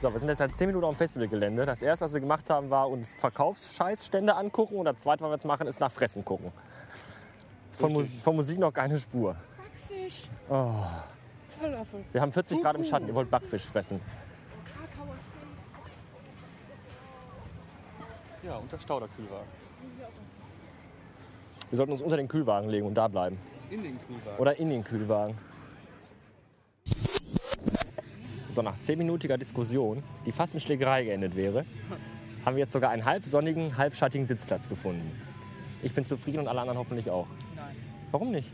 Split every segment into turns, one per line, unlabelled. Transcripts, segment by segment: So, wir sind jetzt seit 10 Minuten auf dem Festivalgelände. Das erste, was wir gemacht haben, war uns Verkaufsscheißstände angucken. Und das zweite, was wir jetzt machen, ist nach Fressen gucken. Von, Mus von Musik noch keine Spur.
Backfisch,
Oh,
Falafel,
wir haben 40 Grad im Schatten. Ihr wollt Backfisch fressen.
Kakaos.
Ja, unter Stau der Kühlwagen.
Wir sollten uns unter den Kühlwagen legen und da bleiben.
In den Kühlwagen.
Oder in den Kühlwagen. So, nach zehnminütiger Diskussion, die fast in Schlägerei geendet wäre, haben wir jetzt sogar einen halbsonnigen, halbschattigen Sitzplatz gefunden. Ich bin zufrieden und alle anderen hoffentlich auch.
Nein.
Warum nicht?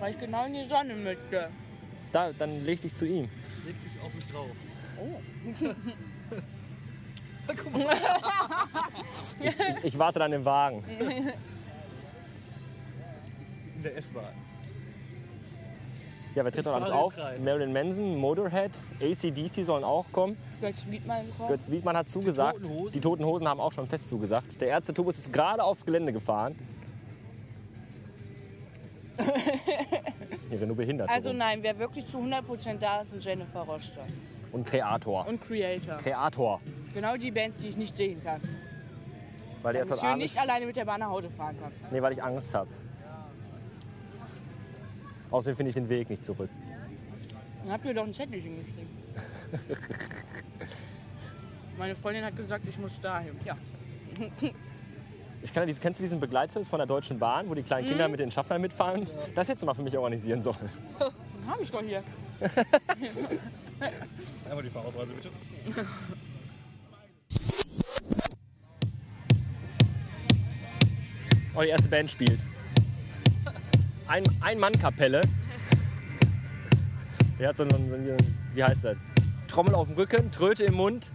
Weil ich genau in die Sonne möchte.
Da, dann leg dich zu ihm. Oh.
Leg dich auf mich drauf.
Ich, ich warte dann im Wagen.
In der S-Bahn.
Ja, wer tritt noch alles
fahre im
auf?
Kreis.
Marilyn Manson, Motorhead, ACDC sollen auch kommen.
Götz Wiedmann gekommen.
Götz Wiedmann hat zugesagt.
Toten Hosen.
Die Toten Hosen haben auch schon fest zugesagt. Der Ärzte Tobus ist gerade aufs Gelände gefahren. Hier werden nur Behinderte.
Also
rum.
nein, wer wirklich zu 100% da ist, ist Jennifer Rostock.
Und Kreator.
Und Creator.
Kreator.
Genau die Bands, die ich nicht sehen kann.
Weil, der ist
Ich
heute
will
Abend,
nicht alleine mit der Bahn nach Hause fahren kann.
nee, weil ich Angst habe. Außerdem finde ich den Weg nicht zurück.
Dann habt ihr doch ein Zettelchen geschrieben. Meine Freundin hat gesagt, ich muss dahin. Ja.
Ich kann ja diesen, kennst du diesen Begleitservice von der Deutschen Bahn, wo die kleinen Kinder mit den Schaffnern mitfahren? Das hättest du mal für mich organisieren sollen.
Dann habe ich doch hier.
Einmal die Fahrausweise bitte.
Oh, die erste Band spielt. Ein, ein Mann-Kapelle. Der hat so einen, so einen, wie heißt das? Trommel auf dem Rücken, Tröte im Mund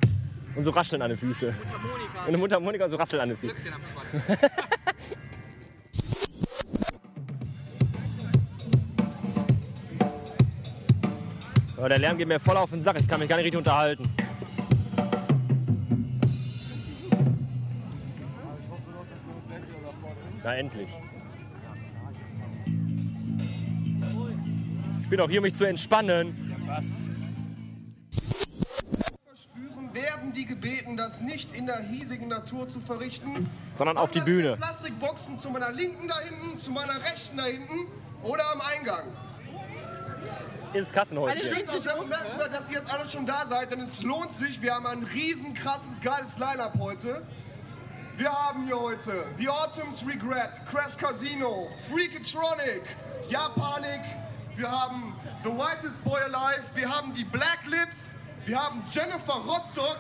und so rascheln an den Füßen.
Monika.
Und eine Mundharmonika und so rascheln an den Füßen.
am Schwanz.
Aber der Lärm geht mir voll auf den Sack, ich kann mich gar nicht richtig unterhalten. Na endlich. Ich bin auch hier, um mich zu entspannen.
verspüren, werden die gebeten, das nicht in der hiesigen Natur zu verrichten,
Sondern auf die
sondern in
Bühne.
den Plastikboxen zu meiner linken da hinten, zu meiner rechten da hinten oder am Eingang.
Ins Kassenhäuschen.
Ich finde es sehr bemerkenswert, dass ihr jetzt alle schon da seid, denn es lohnt sich. Wir haben ein riesen krasses, geiles Line-Up heute. Wir haben hier heute The Autumn's Regret, Crash Casino, Freakatronic, Japanik, wir haben The Whitest Boy Alive, wir haben die Black Lips, wir haben Jennifer Rostock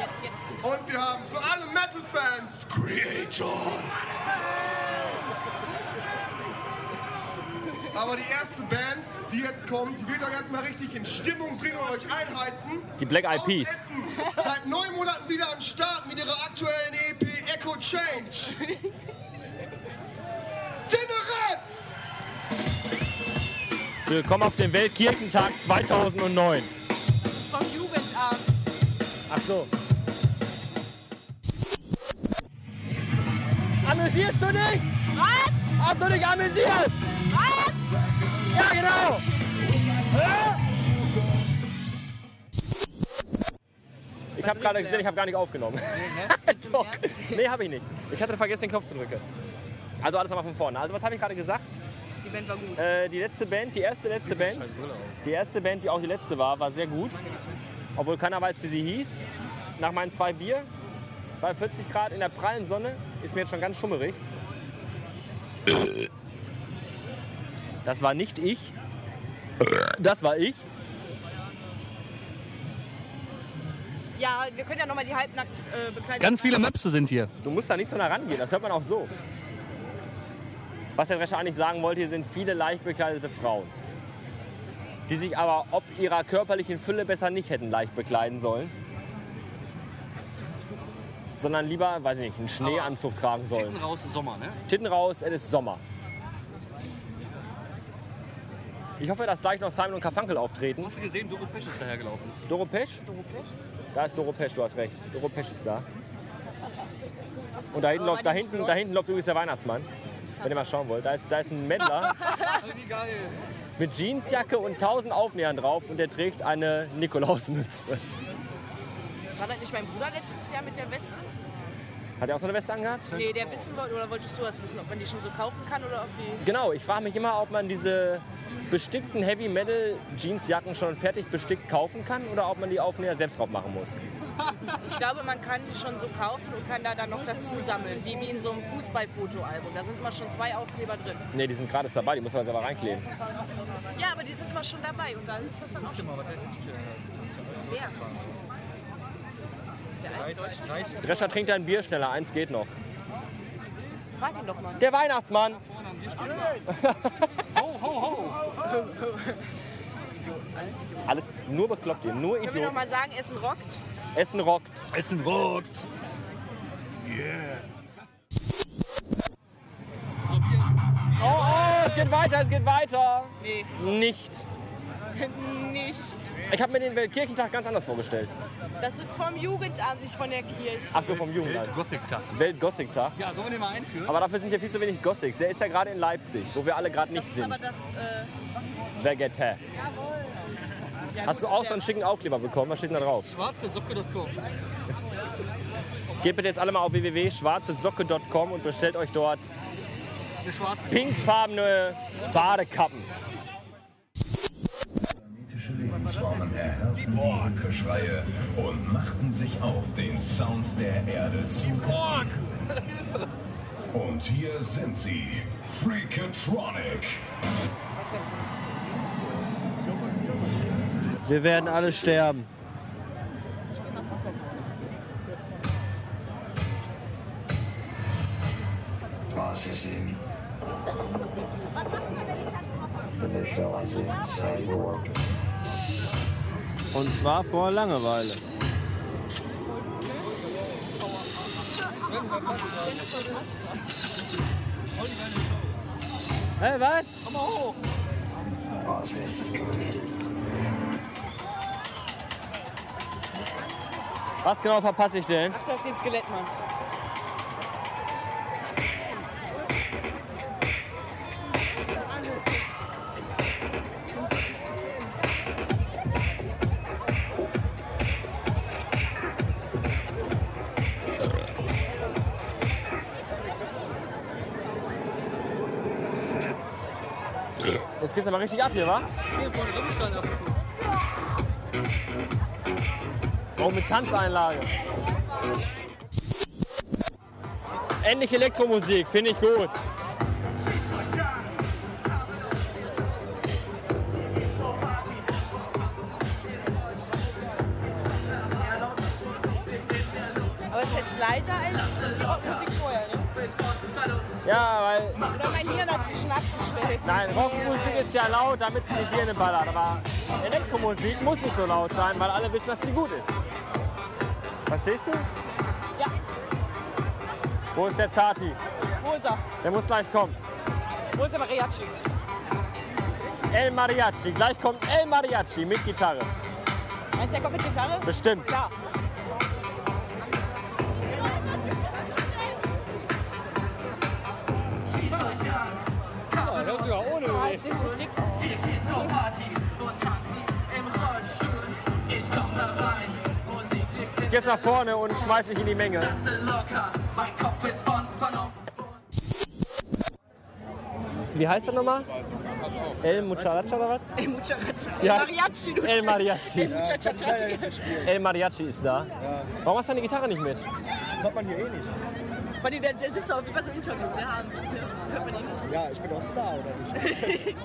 Jetzt, jetzt.
und wir haben für alle Metal-Fans Creator. Aber die erste Band, die jetzt kommt, die wird euch erstmal richtig in Stimmung bringen und euch einheizen.
Die Black Eyed
Aus
Peas.
Essen, Seit neun Monaten wieder am Start mit ihrer aktuellen EP Echo Change. Generetz!
Willkommen auf dem Weltkirchentag 2009.
Vom Jugendamt.
Ach so. Amüsierst du dich? Was? Ob du dich amüsierst? Was? Ja, genau. Ich habe gerade gesehen, ich habe gar nicht aufgenommen. Doch. Nee, habe ich nicht. Ich hatte vergessen, den Knopf zu drücken. Also alles nochmal von vorne. Also was habe ich gerade gesagt?
Die Band war gut.
Äh, die letzte Band, die erste letzte Band, die erste Band, die auch die letzte war, war sehr gut. Obwohl keiner weiß, wie sie hieß. Nach meinen zwei Bier bei 40 Grad in der prallen Sonne ist mir jetzt schon ganz schummerig. Das war nicht ich. Das war ich.
Ja, wir können ja nochmal die halbnackt äh, bekleideten.
Ganz viele Möpse sind hier.
Du musst da nicht so nah rangehen, das hört man auch so. Was der Drescher eigentlich sagen wollte, hier sind viele leicht bekleidete Frauen, die sich aber ob ihrer körperlichen Fülle besser nicht hätten leicht bekleiden sollen, sondern lieber, weiß ich nicht, einen Schneeanzug tragen sollen.
Hinten raus Sommer, ne?
Titten raus, es ist Sommer. Ich hoffe, dass gleich noch Simon und Karfunkel auftreten.
Hast du gesehen, Doro Pesch ist dahergelaufen.
Doro Pesch? Da ist Doro Pesch, du hast recht. Doro Pesch ist da. Und da hinten, läuft, da hinten, da hinten läuft übrigens der Weihnachtsmann. Wenn ihr mal schauen wollt, da ist, da ist ein Männler
Wie geil.
mit Jeansjacke und 1000 Aufnähern drauf und der trägt eine Nikolausmütze.
War das nicht mein Bruder letztes Jahr mit der Weste?
Hat er auch so eine Weste angehabt?
Nee, der wissen wollte, oder wolltest du das wissen, ob man die schon so kaufen kann oder ob die.
Genau, ich frage mich immer, ob man diese bestickten Heavy Metal Jeansjacken schon fertig bestickt kaufen kann oder ob man die Aufnäher selbst drauf machen muss.
Ich glaube, man kann die schon so kaufen und kann da dann noch dazu sammeln, wie, wie in so einem Fußballfotoalbum. Da sind immer schon zwei Aufkleber drin.
Ne, die sind gratis dabei, die muss man selber reinkleben.
Ja, aber die sind immer schon dabei und dann ist das dann auch schon mehr. Der alte Deutsche,
Drescher trinkt ein Bier schneller, eins geht noch.
frag ihn doch mal.
Der Weihnachtsmann!
Ho, ho, ho.
Alles nur bekloppt ihr, nur
Können wir noch
Idioten.
mal sagen, Essen rockt?
Essen rockt.
Essen rockt.
Oh, oh, es geht weiter, es geht weiter.
Nee,
Nicht.
nicht.
Ich habe mir den Weltkirchentag ganz anders vorgestellt.
Das ist vom Jugendamt, nicht von der Kirche.
Ach so, vom Jugendamt.
Gothic-Tag.
Weltgothic-Tag.
Ja, sollen wir den mal einführen?
Aber dafür sind ja viel zu wenig Gothics. Der ist ja gerade in Leipzig, wo wir alle gerade nicht
Das ist
sind.
aber das. Äh,
Vegeta.
ja,
Hast du
gut,
auch
ist
so einen
der-
schicken Aufkleber bekommen? Was steht denn da drauf?
Schwarzesocke.com.
Geht bitte jetzt alle mal auf www.schwarzesocke.com und bestellt euch dort
Eine schwarze Socke.
pinkfarbene Badekappen.
Politische Lebensformen erhörten die Geschreie und machten sich auf, den Sound der Erde zu.
Borg!
Und hier sind sie, Freakatronic.
Wir werden alle sterben.
Was ist in? Ich glaube, es ist Cyborg.
Und zwar vor Langeweile. Hey, was?
Was ist Skynet?
Was genau verpasse ich denn?
Achte auf den Skelettmann.
Jetzt geht's aber richtig ab hier, wa?
Schön von Rammstein abgeguckt.
Oh, mit Tanzeinlage. Endlich Elektromusik, finde ich gut.
Aber ist jetzt leiser als die Rockmusik vorher, ne?
Ja, weil.
Oder mein Hirn hat sich schon abgestellt.
Nein, Rockmusik ist ja laut, damit sie die Birne ballert. Aber Elektromusik muss nicht so laut sein, weil alle wissen, dass sie gut ist. Verstehst du?
Ja,
Wo ist der Zati?
wo ist er?
Der muss gleich kommen.
Wo ist der Mariachi?
El Mariachi. Gleich kommt El Mariachi mit Gitarre.
Meinst du, er kommt mit Gitarre?
Bestimmt.
Klar.
Ja, das ist ja ohne.
Ah, ist nicht so dick.
Hier geht zur Party und tanzen im Rollstuhl. Ich komm da rein, Musik liegt in
Gehst nach vorne und schmeiß dich in die Menge.
Tasse locker. Mein Kopf ist von Vernunft.
Wie heißt er nochmal? El Mucharacha oder was?
Ey, Mucharacha.
Ja.
Mariachi, du.
El Mariachi.
Mucharacha.
El Mariachi ist da. Warum hast du deine Gitarre nicht mit?
Kommt man hier eh nicht.
Von dem, der sitzt auch wie bei so einem Interview. Ja, ne? hört man ihn nicht.
Ja, ich bin auch Star, oder nicht?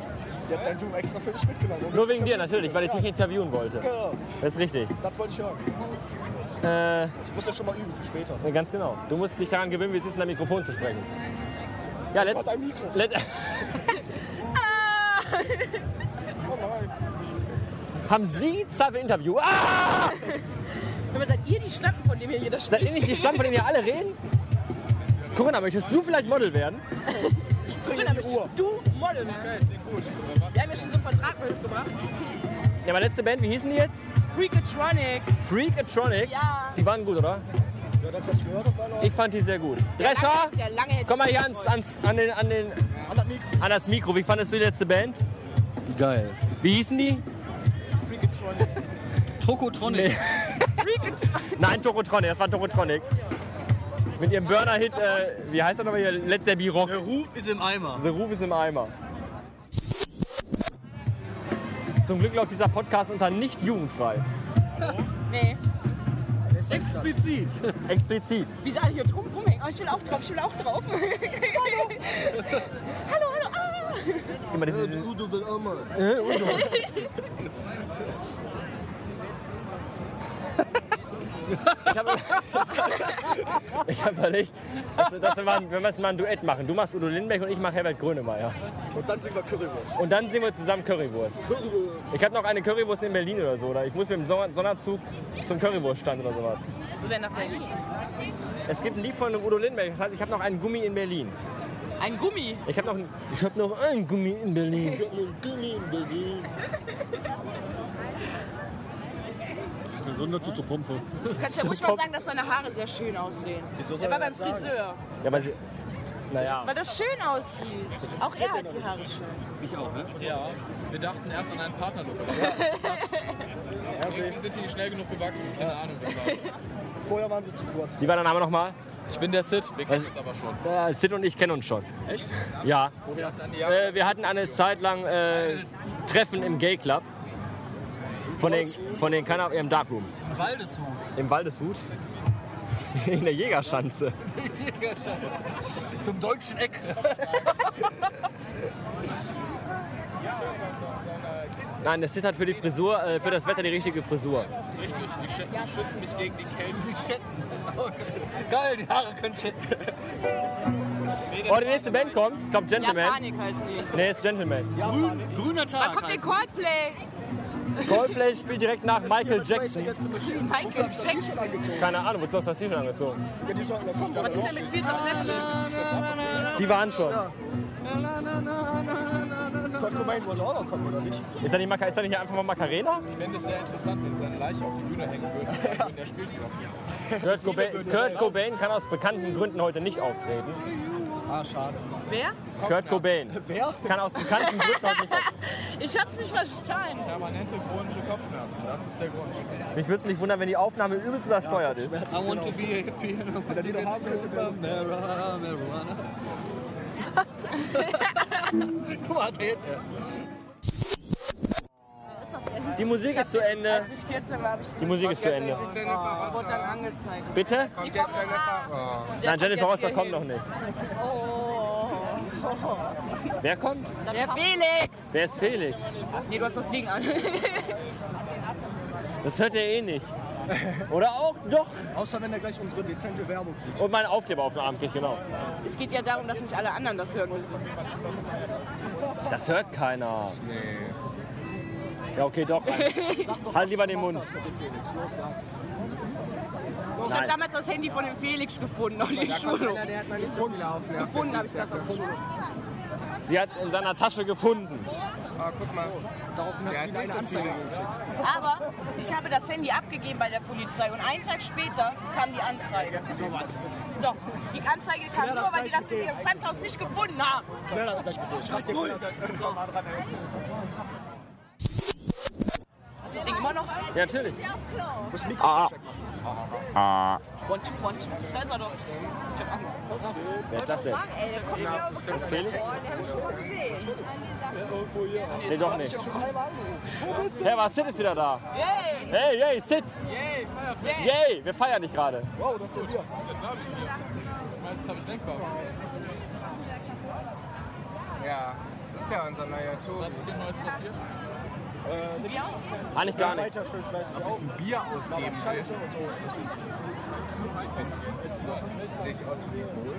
Der hat seinen Zoom extra für dich mitgenommen. um
Nur
mich
wegen
zu
dir natürlich, weil ich dich interviewen wollte.
Genau,
Das ist richtig.
das wollte ich hören.
Äh.
Ich muss ja schon mal üben für später.
Ja, Ganz genau. Du musst dich daran gewöhnen, wie es ist, in ein Mikrofon zu sprechen. Ja, letzt,
Gott, ein Mikro.
let,
Ah!
Oh nein.
haben Sie Zeit für ein Interview? Ah!
Aber seid ihr die Schnappen, von dem hier jeder
Seid
spricht?
ihr nicht die Stamm, von denen ihr alle reden? Corinna, möchtest du vielleicht Model werden?
Spring in die Uhr.
Du Model. Wir haben ja schon so einen Vertrag mit euch gemacht.
Ja, meine letzte Band, wie hießen die jetzt?
Freakatronic.
Freakatronic?
Ja.
Die waren gut,
Ja,
oder?
das, was ich gehört habe, war noch
Ich fand die sehr gut. Drescher,
Der lange hätte
komm mal
ich
hier
nicht
ans,
wollen.
ans, an, den, an, den,
an das Mikro.
an das Mikro. Wie fandest du die letzte Band?
Geil.
Wie hießen die?
Trokotronic.
Nein, Tokotronic, das war Tokotronic. Mit ihrem Burner-Hit, äh, wie heißt er nochmal hier? Let's There Be Rock.
Der Ruf ist im Eimer.
The Ruf ist im Eimer. Zum Glück läuft dieser Podcast unter nicht jugendfrei.
Nee.
Explizit.
Explizit.
Wie sie alle hier drum rumhängen. Oh, ich will auch drauf, ich will auch drauf. hallo, hallo. Ah.
Immer diese,
du bist immer.
ich habe ich hab überlegt, dass, wir- dass wir mal, wenn wir jetzt mal ein Duett machen. Du machst Udo Lindenberg und ich mache Herbert Grönemeyer.
Und dann singen wir Currywurst.
Und dann singen wir zusammen Currywurst.
Currywurst.
Ich habe noch eine Currywurst in Berlin oder so. Oder ich muss mit dem Son- Sonderzug zum Currywurststand oder sowas.
So wäre nach Berlin.
Es gibt ein Lied von Udo Lindenberg, das heißt, ich habe noch einen Gummi in Berlin.
Ein Gummi.
Ich habe noch, einen- ich hab noch einen Gummi in Berlin.
Ist eine Sonde zu Pumpe.
Du kannst ja ruhig mal sagen, dass deine Haare sehr schön aussehen.
Wieso soll
Der war
er
beim
das sagen?
Friseur.
Ja, aber sie, naja.
Weil das schön aussieht. Auch er hat die Haare schön.
Ich auch, ne?
Ja, wir dachten erst an einen Partnerlook. aber Irgendwie sind die nicht schnell genug gewachsen. Keine Ahnung. was war.
Vorher waren sie zu kurz.
Wie war der Name nochmal?
Ich bin der Sid. Wir kennen uns aber schon.
Äh, Sid und ich kennen uns schon.
Echt?
Ja.
Woher?
Äh, wir hatten eine Zeit lang äh, Treffen im Gay Club. Von den, von den Kanab im Darkroom.
Waldeshut.
Im Waldeshut. In der Jägerschanze.
Zum deutschen Eck.
Nein, der Sid hat für die Frisur, äh, für das Wetter die richtige Frisur.
Richtig, die Schetten schützen mich gegen die Kälte.
Die Schetten. Geil, die Haare können Schetten.
Oh, die nächste Band kommt. Ich glaube
Ja,
Gentleman.
Panik heißt die.
Nee, ist Gentleman.
Grün, grüner Tag.
Kommt ihr
heißt
Coldplay?
Coldplay spielt direkt nach Michael Jackson.
Jetzt eine Maschine.
Michael
Wofür habt ihr
Jackson.
das angezogen?
Keine Ahnung, wozu hast du das T-Shirt angezogen?
Ja, die sollten doch
Was ist denn
kommen.
mit Filter und Level?
Die waren schon.
Kurt Cobain wollte auch noch kommen, oder nicht?
Ist da nicht, Maca- ist da nicht einfach mal Macarena?
Ich fände es sehr interessant, wenn seine Leiche auf die Bühne hängen würde. Und der spielt die noch.
Kurt Cobain, Kurt Cobain kann aus bekannten Gründen heute nicht auftreten.
Ah, schade.
Wer?
Kurt Cobain
Wer?
kann aus bekannten Gründen heute nicht auftreten.
Ich hab's nicht verstanden.
Permanente chronische Kopfschmerzen. Das ist der Grund.
Mich würde es nicht wundern, wenn die Aufnahme übelst übersteuert ist.
I want to be a hippie and I want to
die noch
get
haben
super marijuana. marijuana. Guck mal, hat er jetzt.
Die Musik ist zu
Als
Ende.
ich 14 war, hab ich
Die Musik ist zu Ende.
wurde dann angezeigt.
Bitte?
Die kommt nach. Der
Nein,
kommt
Jennifer
jetzt
Rostock
hier
kommt
hin.
noch nicht.
Oh.
Wer kommt?
Der Felix!
Wer ist Felix?
Nee, du hast das Ding an.
Das hört er eh nicht. Oder auch doch.
Außer wenn er gleich unsere dezente Werbung kriegt.
Und mein Aufkleber auf den Arm kriegt, genau.
es geht ja darum, dass nicht alle anderen das hören müssen.
Das hört keiner. Nee. Ja, okay, doch. Halt lieber den Mund.
Ich habe
Nein.
damals das Handy von dem Felix gefunden und die ne? Schulung. Der hat meine gefunden habe ich das auf der Schulung.
Sie hat es in seiner Tasche gefunden.
Aber ich habe das Handy abgegeben bei der Polizei und einen Tag später kam die Anzeige. So was. So, die Anzeige kam
Ja, das
nur, weil die
gleich
das
mit
in ihrem Pfandhaus nicht gefunden haben.
Klär das gleich mit dem. Schreibt
Hast du das Ding immer noch an?
Ja, natürlich.
One, two, one, two. Da ist er doch.
Wer ist das denn? Ist Felix? Nee, doch nicht. Hey, was? Sid ist wieder da.
Yay!
Hey, hey, Sid!
Yay!
Yay! Wir feiern dich gerade.
Das habe ich weggeworfen.
Ja, das ist ja unser neuer Tour.
Was ist hier Neues passiert?
Eigentlich gar nichts.
schön fleißig
Ein Bier ausgeben.
Scheiße und so.
Sehe ich aus wie Wohl.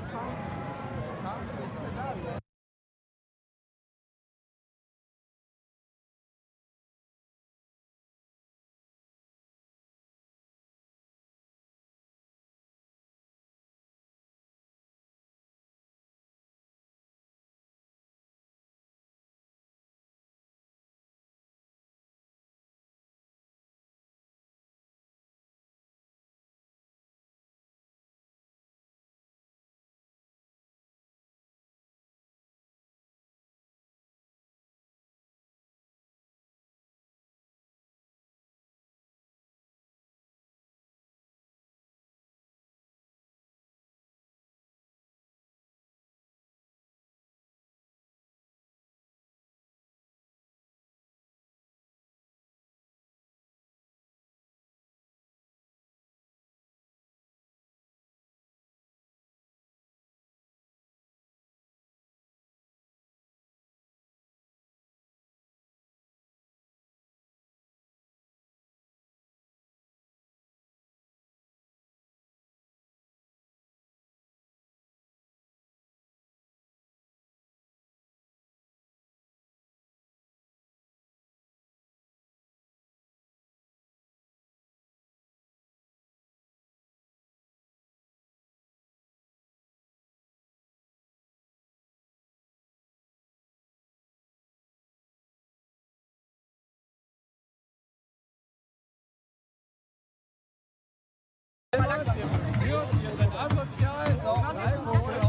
so, das ist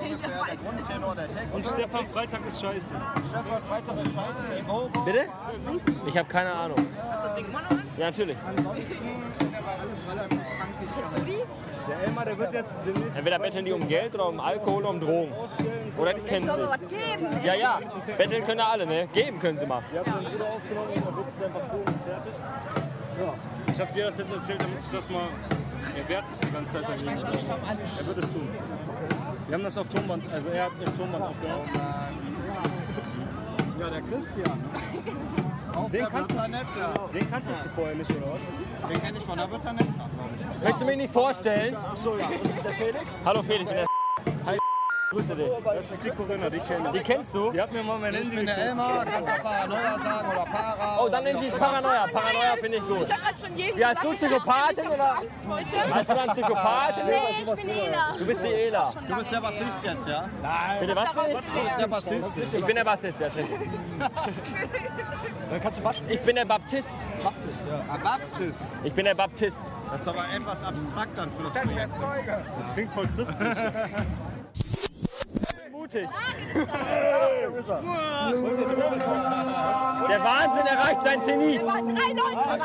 ungefähr der Grundtenor der Texte.
Und Stefan Freitag ist scheiße.
Stefan Freitag ist scheiße. Wo, wo?
Bitte? Ich habe keine Ahnung.
Hast du das Ding immer noch an?
Ja, natürlich.
Kennst du die?
Der Elmar, der wird jetzt demnächst
Entweder betteln die um Geld oder um Alkohol oder um Drogen. Oder die kennen
Soll
sich.
mal was geben?
Ja, ja. Betteln können ja alle, ne? Geben können sie mal.
Genau, Ich habe dir das jetzt erzählt, damit ich das mal. Er wehrt sich die ganze Zeit dagegen. Er wird es tun. Wir haben das auf Tonband, also er hat es auf Tonband aufgenommen.
Ja, der Christian. Auf
Den
der
kannst du-
Butternetta.
Den kanntest du vorher nicht, oder was?
Den kenne ich von der Butternetta, glaube ich.
Willst du mich nicht vorstellen?
Achso, ja. Und ist der Felix?
Hallo Felix, ich bin der Hi, Grüße dich.
Das ist die Corinna, die kenne
Die
ich.
kennst du?
Sie hat mir mal mein
Ich
Handy
bin der
gekriegt.
Elmar, kannst du Paranoia sagen oder Para.
Oh, dann nenne ich dich Paranoia. Paranoia finde ich gut.
Ich hab grad schon jeden
Ja, hast
gesagt,
du
ich hab-
Psychopathin
ich
oder?
hab so Angst heute.
Hast du dann Psychopathen?
Nee, ich bin Ela.
Du bist die Ela.
Du bist der Bassist jetzt, ja?
Bitte, was bin ich?
Du bist der Bassist.
Ich bin der Bassist, ja, richtig.
Dann kannst du Bass spielen.
Ich bin der Baptist.
Baptist, ja.
Ah, Baptist.
Ich bin der Baptist.
Das ist aber etwas abstrakt dann für das Projekt.
Das klingt voll christlich.
Mutig. Der Wahnsinn erreicht sein Zenit.
Mal drei Leute.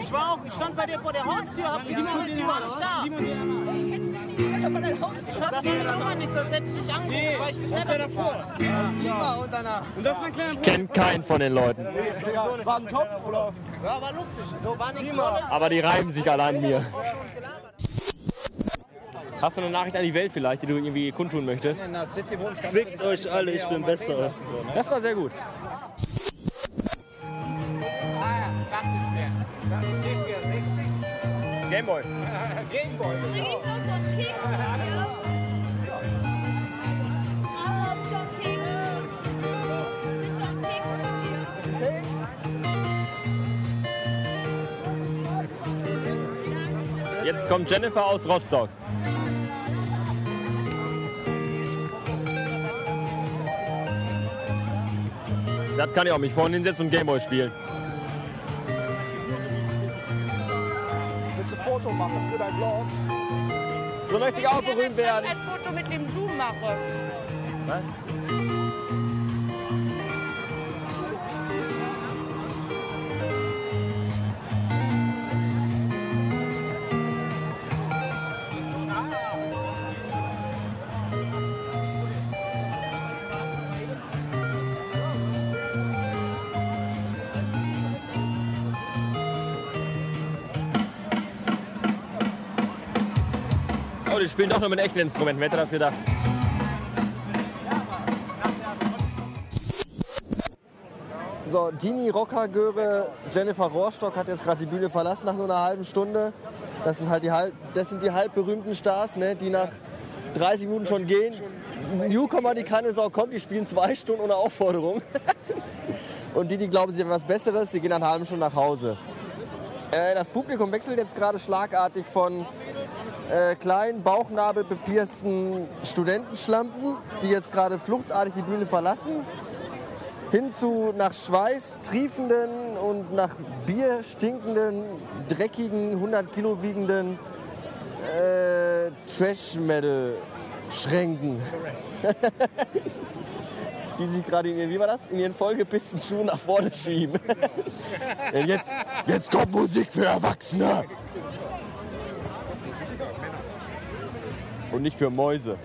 Ich war auch, ich stand bei dir vor der Haustür, hab die Nummer nicht da.
genau. Ey, kennst mich nicht, ich bin von deinem Haus. Ich hab
Die Nummer nicht, sonst hätte ich dich angerufen, weil ich bin selber davor. Lieber und danach.
Ich kenne keinen von den Leuten,
War ein Top, oder?
Ja, war lustig. So war nichts Neues.
aber die reiben sich alle an mir. Hast du eine Nachricht an die Welt vielleicht, die du irgendwie kundtun möchtest?
In der City wohnst, kannst du
Fickt
dich
euch alle, ich
auch
bin
mal
besser.
sehen
Das war sehr gut.
Ah,
Gameboy.
Bring ich noch so einen Keks von dir? Aber so einen Keks. Nicht so einen Keks von dir.
Jetzt kommt Jennifer aus Rostock. Das kann ich auch mich vorne hinsetzen und Gameboy spielen.
Willst du ein Foto machen für deinen Blog?
So möchte ich auch berühmt werden.
ein Foto mit dem Zoom mache.
Oh, die spielen doch nur mit echten Instrumenten. Wer hätte das gedacht?
So, Dini Rockergöre, Jennifer Rohrstock hat jetzt gerade die Bühne verlassen nach nur einer halben Stunde. Das sind halt die halb, das sind die halb berühmten Stars, ne, die nach 30 Minuten schon gehen. Newcomer, die keine Sau kommt, die spielen zwei Stunden ohne Aufforderung. Und die, die glauben, sie haben was Besseres, die gehen nach einer halben Stunde nach Hause. Äh, das Publikum wechselt jetzt gerade schlagartig von äh, kleinen, bauchnabelbepiersten Studentenschlampen, die jetzt gerade fluchtartig die Bühne verlassen, hin zu nach Schweiß triefenden und nach Bier stinkenden, dreckigen, 100 Kilo wiegenden äh, Trash-Metal-Schränken. Die sich gerade in ihren, wie war das? In ihren vollgepissten Schuhen nach vorne schieben. Ja, jetzt, jetzt kommt Musik für Erwachsene! Und nicht für Mäuse.